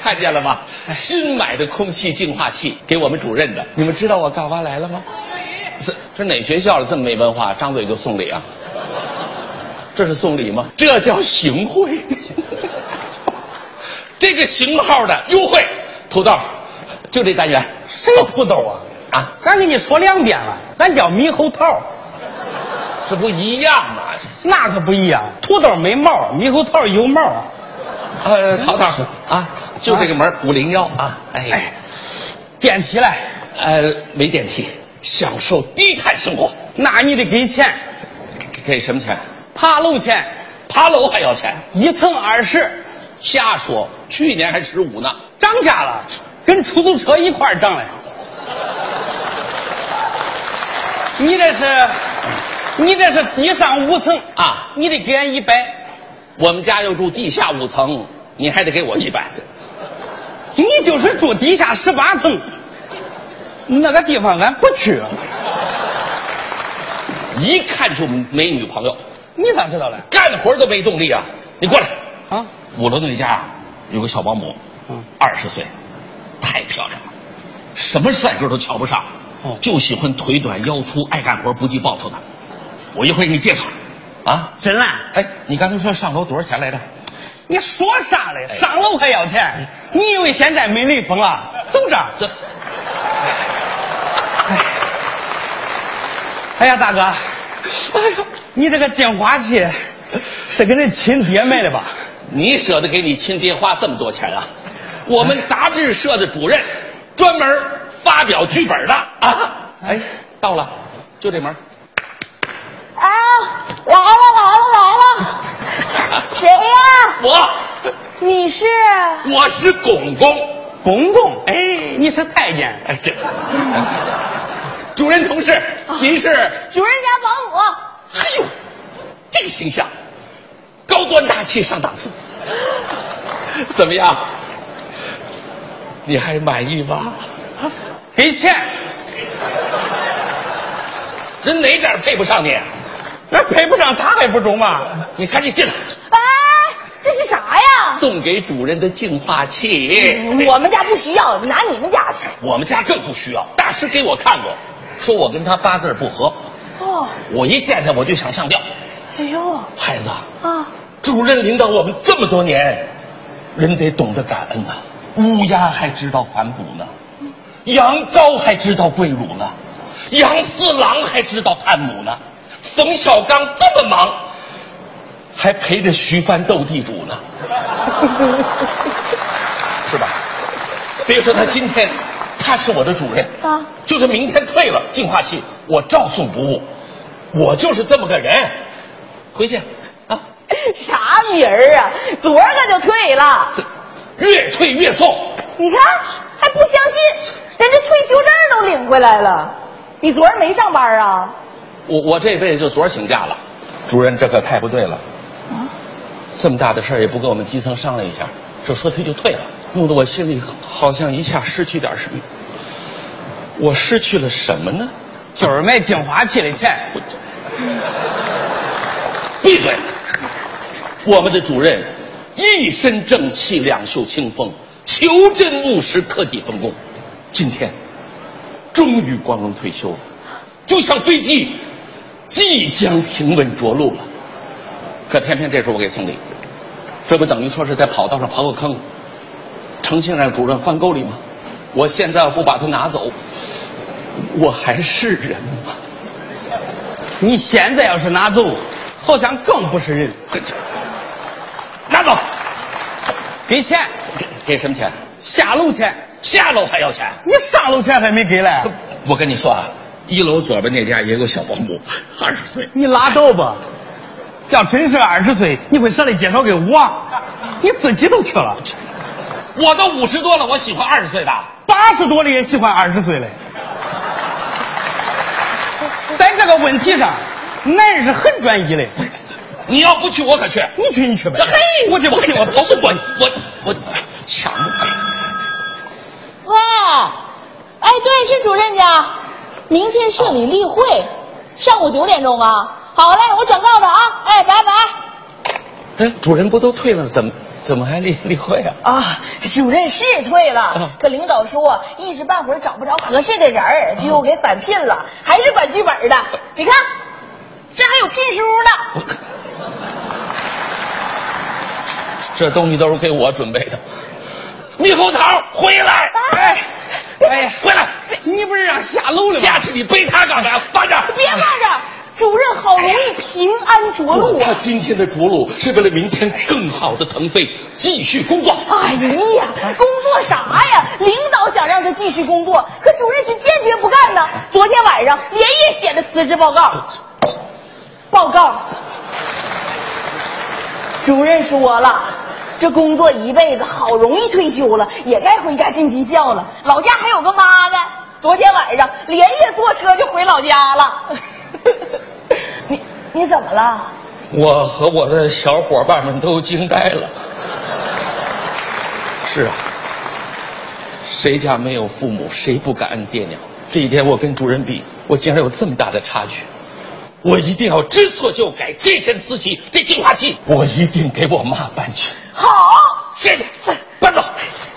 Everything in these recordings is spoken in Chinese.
看见了吗？新买的空气净化器，给我们主任的。你们知道我干嘛来了吗？是这哪学校的这么没文化，张嘴就送礼啊？这是送礼吗？这叫行贿。 这个型号的优惠，土豆，就这单元谁土豆啊？啊，咱跟你说两遍了，咱叫猕猴桃，这不一样吗？这那可不一样。土豆没帽，啊猕猴桃有帽啊。呃，淘淘啊，就这个门五零幺啊，哎哎，，电梯来，呃，没电梯，享受低碳生活，那你得给钱，给给什么钱？爬楼钱，爬楼还要钱？一层二十，瞎说，去年还十五呢。涨价了，跟出租车一块儿涨了。你这是，你这是地上五层啊你得给俺一百，我们家又住地下五层，你还得给我一百。你就是住地下十八层，那个地方俺不去。一看就没女朋友，你咋知道嘞？干活都没动力啊！你过来，啊，五楼那家有个小保姆嗯，二十岁，太漂亮了，什么帅哥都瞧不上哦，就喜欢腿短腰粗、爱干活、不计报酬的。我一会儿给你介绍，啊，真烂！哎，你刚才说上楼多少钱来着？你说啥嘞？上楼还要钱？你以为现在没雷锋了？走着。这哎呀，大哥，你这个净化器是给恁亲爹买的吧？你舍得给你亲爹花这么多钱啊？我们杂志社的主任专门发表剧本的啊！哎，到了，就这门。啊，来了来了来 了，谁呀、我，你是？我是拱拱。公公，哎，你是太监，哎，这主任同事，您是？哦主任家保姆。哎呦，这个形象，高端大气上档次，怎么样？你还满意吗？给钱，人哪点儿配不上你？啊那配不上他还不中吗？你赶紧进来，哎，这是啥呀？送给主人的净化器。嗯我们家不需要，拿你们家去。我们家更不需要，大师给我看过，说我跟他八字儿不合，哦，我一见他我就想上吊。哎呦，孩子啊，啊，主任领导我们这么多年，人得懂得感恩呐、乌鸦还知道反哺呢，羊羔还知道跪乳呢，杨四郎还知道探母呢，冯小刚这么忙，还陪着徐帆斗地主呢，是吧？别说他今天，他是我的主任啊就是明天退了净化器，我照送不误，我就是这么个人，回去啊。 啥名儿啊？昨儿个就退了，这 越退越送。你看还不相信，人家退休证都领回来了。你昨儿没上班啊？我我这辈子就昨儿请假了。啊主任，这可太不对了。这么大的事儿也不跟我们基层商量一下，这说退就退了，弄得我心里好像一下失去点什么。我失去了什么呢？就是买净化器的钱，闭嘴！我们的主任一身正气，两袖清风，求真务实，克己奉公。今天终于光荣退休了，就像飞机即将平稳着陆了。可偏偏这时候我给送礼，这不等于说是在跑道上刨个坑，诚心让主任翻沟里吗？我现在要不把它拿走，我还是人吗？ 你现在要是拿走，好像更不是人。拿走，给钱，给给什么钱？下楼钱，下楼还要钱？你上楼钱还没给嘞？ 我跟你说啊，一楼左边那家也有小保姆， 二十岁。你拉倒吧！要真是二十岁，你会舍得介绍给我？你自己都去了，我都五十多了，我喜欢二十岁的。八十多的也喜欢二十岁嘞。在这个问题上，男人是很专一的。你要不去，我可去。你去，你去呗。嘿，我就不信我跑不是我，我我抢。喂，哎，对，是主任家，明天社里例会，上午九点钟啊。好嘞，我转告他啊。哎，拜拜。哎，主人不都退了，怎么怎么还例例会啊？啊，主任是退了，啊可领导说一时半会儿找不着合适的人儿，就又给返聘了，还是管剧本的。你看，这还有聘书呢。这东西都是给我准备的。猕猴桃，回来！哎，哎呀，哎回来！你不是让下楼了吗？下去你背它干嘛？放这儿。别放这儿，主任好容易平安着陆他啊！今天的着陆是为了明天更好的腾飞，继续工作。哎呀，工作啥呀？领导想让他继续工作，可主任是坚决不干呢。昨天晚上连夜写的辞职报告，报告，主任说了。这工作一辈子，好容易退休了，也该回家尽尽孝了。老家还有个妈呢，昨天晚上连夜坐车就回老家了。 你你怎么了？我和我的小伙伴们都惊呆 了。是啊，谁家没有父母，谁不感恩爹娘？这一点我跟主任比，我竟然有这么大的差距。我一定要知错就改，见贤思齐。这净化器我一定给我妈搬去。好，谢谢，搬走，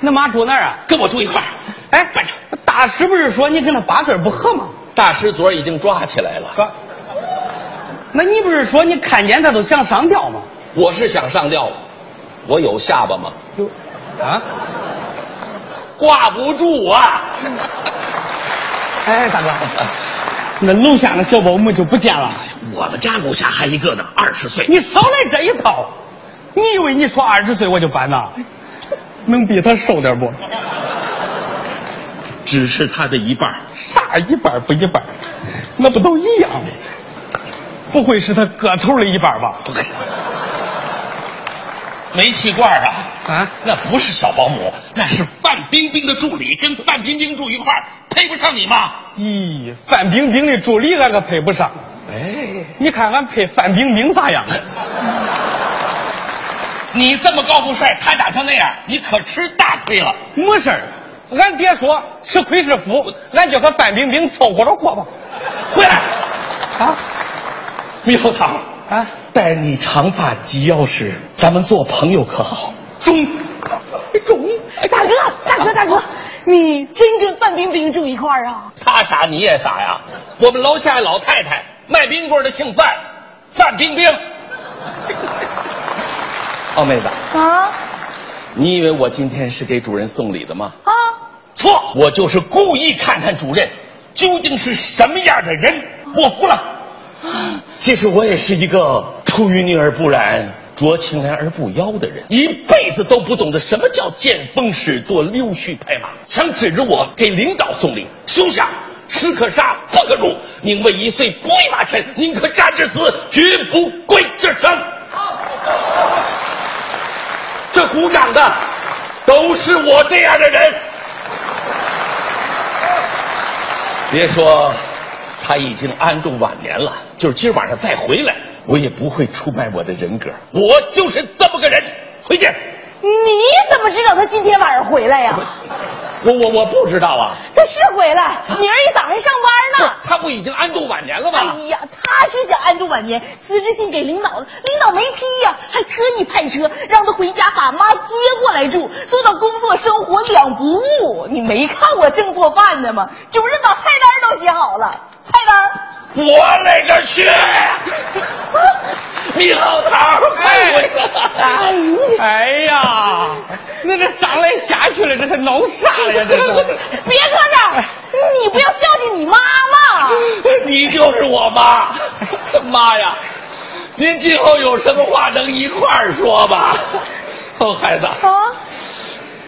那妈住那儿啊？跟我住一块儿。哎，班长，大师不是说你跟他八字儿不合吗？大师昨儿已经抓起来了，说，那你不是说你看见他都想上吊吗？我是想上吊，我有下巴吗？哟，啊，挂不住啊！哎，大哥，那楼下那小保姆就不见了，我们家楼下还一个呢，二十岁。你少来这一套！你以为你说二十岁我就搬呐？能比他瘦点不？只是他的一半儿。啥一半不一半，那不都一样吗？不会是他个头的一半吧？煤气罐儿啊，啊，那不是小保姆，那是范冰冰的助理，跟范冰冰住一块儿，配不上你吗？咦，范冰冰的助理俺可配不上，哎，你看俺配范冰冰 咋样？啊你这么高富帅，他长成那样，你可吃大亏了。没事儿，俺爹说吃亏是福，俺就和范冰冰凑合着过吧。回来，啊猕猴桃，啊，待你长发及腰时，咱们做朋友可好？中， 中，大哥，大哥，大哥，你真跟范冰冰住一块儿啊？他傻你也傻呀！我们楼下老太太卖冰棍的姓范，范冰冰。 哦，妹子，啊你以为我今天是给主任送礼的吗？啊！错，我就是故意看看主任究竟是什么样的人。我服了。其实我也是一个出淤泥而不染、濯清涟而不妖的人，一辈子都不懂得什么叫见风使舵、溜须拍马。想指着我给领导送礼，休想！士可杀，不可辱。宁为一岁，不为马犬。宁可战至死，绝不跪至生。这鼓掌的都是我这样的人。别说他已经安度晚年了，就是今儿晚上再回来，我也不会出卖我的人格。我就是这么个人。回去，你怎么知道他今天晚上回来呀、我我我不知道啊，他是回来，明儿一早还上班呢。他不已经安度晚年了吗哎？呀，他是想安度晚年，辞职信给领导了，领导没批呀、还特意派车让他回家把妈接过来住，做到工作生活两不误。你没看我正做饭呢吗？主任把菜单都写好了，菜单。我勒个去！猕猴桃，快回来！哎呀，那这上来下去了，这是闹啥了呀？这是。 别搁这儿，你不要孝敬你妈妈。你就是我妈，妈呀！您今后有什么话能一块儿说吧？哦，孩子，啊，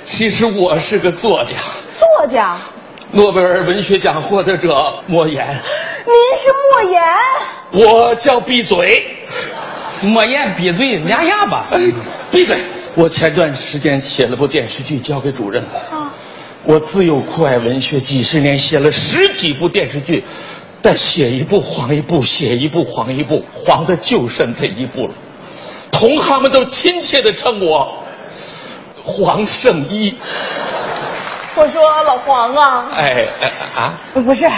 其实我是个作家。作家，诺贝尔文学奖获得者莫言，您是莫言，我叫闭嘴，莫言闭嘴，俩哑巴。闭嘴。我前段时间写了部电视剧，交给主任了。啊，我自幼酷爱文学，几十年写了十几部电视剧，但写一部黄一部，写一部黄一部，黄的就剩这一部了。同行们都亲切地称我“黄圣依”。我说老黄啊，哎哎啊，不是，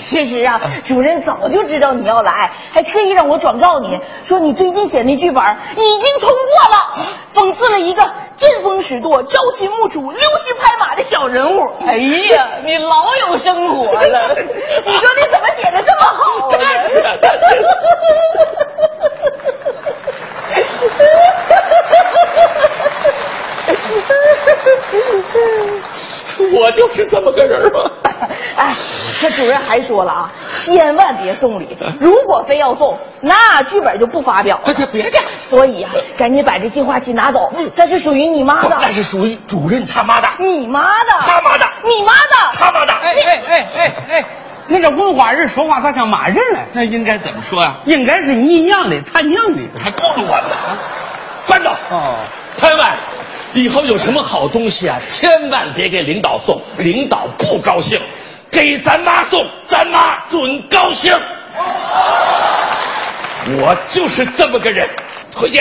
其实啊，主任早就知道你要来，还特意让我转告你说你最近写那剧本已经通过了，讽刺了一个阵风使舵、朝秦暮楚、溜须拍马的小人物。哎呀，你老有生活了， 你说你怎么写的这么好 啊？我就是这么个人嘛。哎，那主任还说了啊，千万别送礼，嗯如果非要送，那剧本就不发表哎了。呀，别介，所以啊，赶紧把这净化器拿走，这是属于你妈的，那是属于主任他妈的，你妈的，他妈的，你妈的，他妈的。哎哎哎哎哎，那个文化人说话咋像骂人嘞？那应该怎么说呀、应该是你娘的，他娘的。还不如我们啊，班长。哦，潘万，以后有什么好东西啊，千万别给领导送，领导不高兴；给咱妈送，咱妈准高兴。我就是这么个人，回去